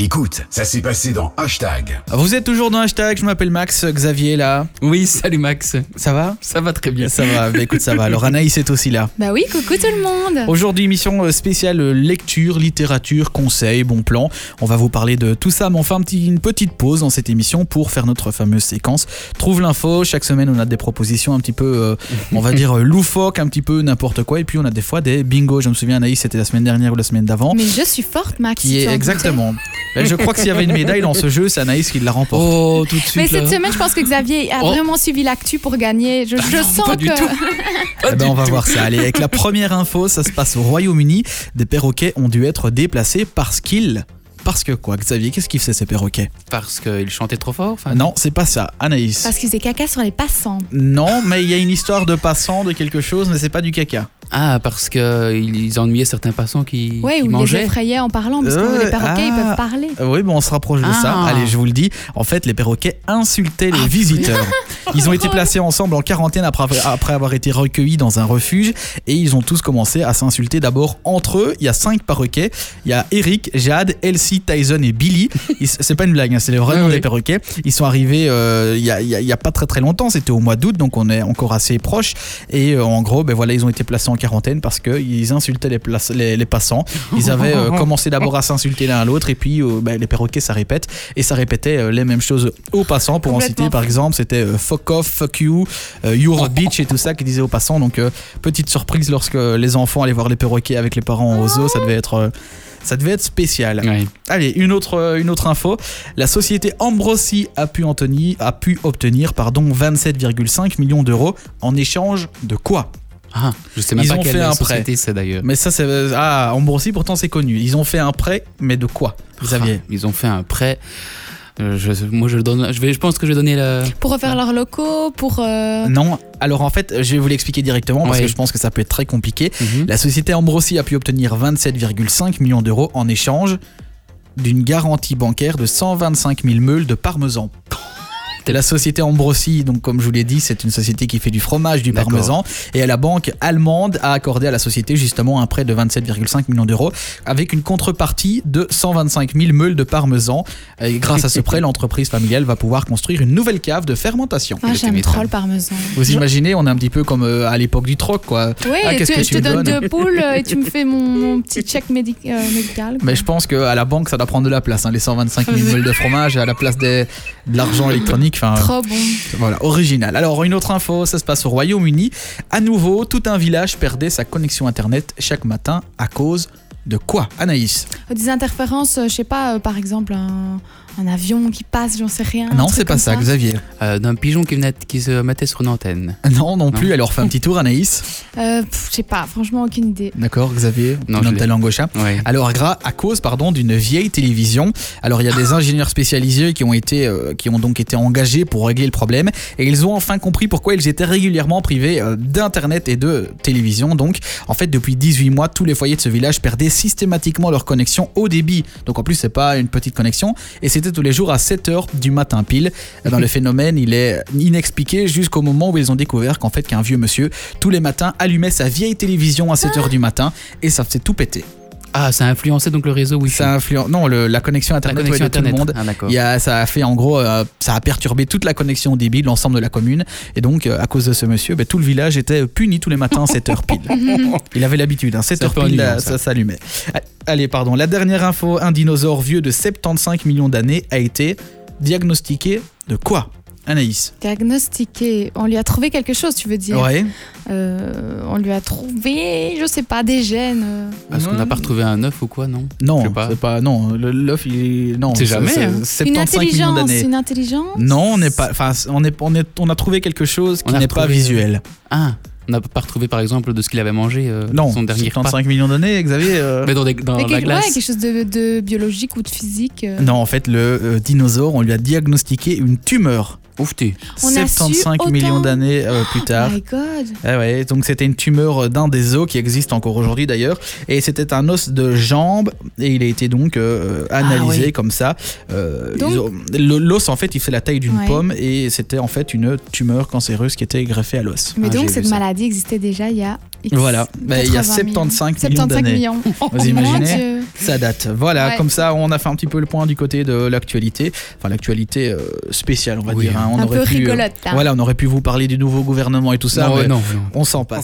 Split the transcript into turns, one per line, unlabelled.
Écoute, ça s'est passé dans Hashtag.
Vous êtes toujours dans hashtag, je m'appelle Max, Xavier est là.
Oui, salut Max.
Ça va
Ça va très bien.
Ça va, bah écoute, ça va. Alors Anaïs est aussi là.
Bah oui, coucou tout le monde
Aujourd'hui, émission euh, spéciale lecture, littérature, conseils, bon plan. On va vous parler de tout ça, mais on fait un petit- une petite pause dans cette émission pour faire notre fameuse séquence. Trouve l'info. Chaque semaine, on a des propositions un petit peu, euh, on va dire, euh, loufoques, un petit peu n'importe quoi. Et puis, on a des fois des bingos. Je me souviens, Anaïs, c'était la semaine dernière ou la semaine d'avant.
Mais je suis forte, Max si
Qui
tu en
est
doutais.
exactement. Bah, Je crois que s'il y avait une médaille dans ce jeu, c'est Anaïs qui la remporte.
Oh, tout de suite.
Mais
là.
cette semaine, je pense que Xavier a
Oh.
vraiment suivi l'actu pour gagner. Je, je
Ah
Non,
sens
pas
que.
du tout. Pas
Eh
du
ben, on va
tout.
voir ça. Allez, avec la première info, ça se passe au Royaume-Uni. Des perroquets ont dû être déplacés parce qu'ils. Parce que quoi, Xavier Qu'est-ce qu'ils faisaient ces perroquets
Parce qu'il chantait trop fort. Enfin,
Non, c'est pas ça, Anaïs.
Parce qu'ils faisaient caca sur les passants.
Non, mais il y a une histoire de passant, de quelque chose, mais c'est pas du caca.
Ah, parce qu'ils ennuyaient certains passants qui,
Ouais,
qui
ou ils les
mangeaient.
effrayaient en parlant, parce que
Euh,
les perroquets, ils
ah.
peuvent parler.
Euh, Oui, bon, on se rapproche de ça.
Ah.
Allez, je vous le dis. En fait, les perroquets insultaient les visiteurs. Ils ont été placés ensemble en quarantaine après, après avoir été recueillis dans un refuge et ils ont tous commencé à s'insulter d'abord entre eux. Il y a cinq perroquets. Il y a Eric, Jade, Elsie, Tyson et Billy. Ils- C'est pas une blague, hein, c'est vraiment
Ouais, ouais.
des perroquets. Ils sont arrivés euh, il y, a, il y a- il y a pas très très longtemps. C'était au mois d'août, donc on est encore assez proche. Et euh, en gros, ben voilà, ils ont été placés en quarantaine parce qu'ils insultaient les, place- les, les passants. Ils avaient euh, commencé d'abord à s'insulter l'un à l'autre et puis euh, ben, les perroquets ça répète et ça répétait euh, les mêmes choses aux passants. Pour en
Complètement.
citer par exemple, c'était euh, fuck off, fuck you, euh, you're a bitch et tout ça qu'ils disaient aux passants. Donc euh, petite surprise lorsque les enfants allaient voir les perroquets avec les parents au zoo, ça devait être euh, ça devait être spécial.
Ouais.
Allez, une autre, euh, une autre info. La société Ambrosi a pu, Anthony, a pu obtenir pardon, 27,5 millions d'euros en échange de quoi
Ah, je sais même
Ils
pas
ont
quelle
fait un prêt.
société c'est d'ailleurs.
Mais ça, c'est. Ah, Ambrosi, pourtant, c'est connu. Ils ont fait un prêt, mais de quoi Xavier
Ah, ils ont fait un prêt. Euh, je, moi, je, donne, je, vais, je pense que je vais donner la.
Pour refaire leurs locaux, pour. euh,
Non. Alors, en fait, je vais vous l'expliquer directement parce
Ouais.
que je pense que ça peut être très compliqué.
Mhm.
La société Ambrosi a pu obtenir 27,5 millions d'euros en échange d'une garantie bancaire de 125 000 meules de parmesan. La société Ambrosi, donc comme je vous l'ai dit, c'est une société qui fait du fromage, du
D'accord.
parmesan, et la banque allemande a accordé à la société justement un prêt de 27,5 millions d'euros avec une contrepartie de 125 000 meules de parmesan. Et grâce à ce prêt, l'entreprise familiale va pouvoir construire une nouvelle cave de fermentation.
Ah,
le
j'aime
téléphone.
trop le parmesan.
Vous imaginez, on est un petit peu comme euh, à l'époque du troc, quoi.
Oui,
Ah,
et
qu'est-ce
tu-
que
je
tu
te
me
donne
donnes
deux poules et tu me fais mon, mon petit check médic- euh, médical.
Mais je pense qu'à la banque, ça doit prendre de la place. hein, les 125 000 meules de fromage à la place des, de l'argent électronique. Enfin,
Trop bon.
voilà, original. Alors, une autre info, ça se passe au Royaume-Uni. À nouveau, tout un village perdait sa connexion Internet chaque matin à cause de quoi, Anaïs
Des interférences, euh, je sais pas, euh, par exemple, un, un avion qui passe, j'en sais rien. un
Non,
truc
c'est pas
comme
ça, Xavier.
Euh, D'un pigeon qui, venait, qui se mettait sur une antenne.
Non, non plus. Alors, fais un petit tour, Anaïs.
Euh, pff, je sais pas, franchement, aucune idée.
D'accord, Xavier
Non,
Tu
je
donnes
l'ai.
ta langue hein. au chat.
Ouais.
Alors, gra- à cause pardon d'une vieille télévision. Alors, il y a des ingénieurs spécialisés qui ont été, euh, qui ont donc été engagés pour régler le problème, et ils ont enfin compris pourquoi ils étaient régulièrement privés euh, d'internet et de télévision. Donc, en fait, depuis 18 mois, tous les foyers de ce village perdaient systématiquement leur connexion au débit. Donc, en plus, c'est pas une petite connexion, et c'était tous les jours à 7 h du matin pile. Eh ben, le phénomène, il est inexpliqué jusqu'au moment où ils ont découvert qu'en fait, qu'un vieux monsieur tous les matins allumait sa vieille télévision à 7 h du matin, et ça faisait tout péter.
Ah, ça a influencé donc le réseau Wi-Fi.
Ça influence. Non, le- la connexion
la
internet
connexion
ouais, de
internet.
tout le monde.
Ah, d'accord.
Il y a, ça a fait en gros, euh, ça a perturbé toute la connexion au débit de l'ensemble de la commune. Et donc, euh, à cause de ce monsieur, ben, tout le village était puni tous les matins à 7h pile. Il avait l'habitude, hein, 7h
un peu
pile,
ennuyant,
là, ça,
ça.
s'allumait. Ah, Allez, pardon. La dernière info un dinosaure vieux de 75 millions d'années a été diagnostiqué de quoi Anaïs
Diagnostiqué, on lui a trouvé quelque chose, tu veux dire
Ouais.
Euh, On lui a trouvé, je sais pas, des gènes. euh.
Parce qu'on n'a pas retrouvé un œuf ou quoi, non
Non,
Je sais pas.
c'est pas. Non, le- l'œuf, il est- Non,
C'est
ça-
jamais,
ça-
hein.
75
une
millions
intelligence,
d'années.
une intelligence
Non, on n'est pas. Enfin, on, est, on, est, on a trouvé quelque chose qui
On a
n'est pas
retrouvé- euh,
visuel.
Ah, on n'a pas retrouvé par exemple de ce qu'il avait mangé euh,
Non,
son dernier repas.
75 millions d'années, Xavier. euh,
Mais dans, des- dans
Mais
la
quelque, ouais,
glace.
quelque chose de, de biologique ou de physique. euh.
Non, en fait, le euh, dinosaure, on lui a diagnostiqué une tumeur.
Ouf, tu.
On a su
75
autant.
millions d'années euh, plus
Oh
tard.
my god
Ah ouais, donc c'était une tumeur d'un des os qui existe encore aujourd'hui d'ailleurs, et c'était un os de jambe et il a été donc euh, analysé
ouais.
comme ça. Euh,
Ah Donc-
ils ont- le- l'os en fait, il fait la taille d'une
Ouais.
pomme et c'était en fait une tumeur cancéreuse qui était greffée à l'os.
Mais
Ah, j'ai
donc
vu
cette
ça.
maladie existait déjà il y a X
Voilà. Bah, il y a
80
75 millions
75
d'années.
millions. Oh
Vous
Mon
imaginez
Dieu.
Ça date. Voilà,
Ouais.
comme ça, on a fait un petit peu le point du côté de l'actualité. Enfin, l'actualité euh, spéciale, on va
Oui,
dire. hein. On
Un
aurait
peu
pu, euh,
rigolote. hein. là.
Voilà, on aurait pu vous parler du nouveau gouvernement et tout ça.
non,
mais
non, non.
On s'en passe.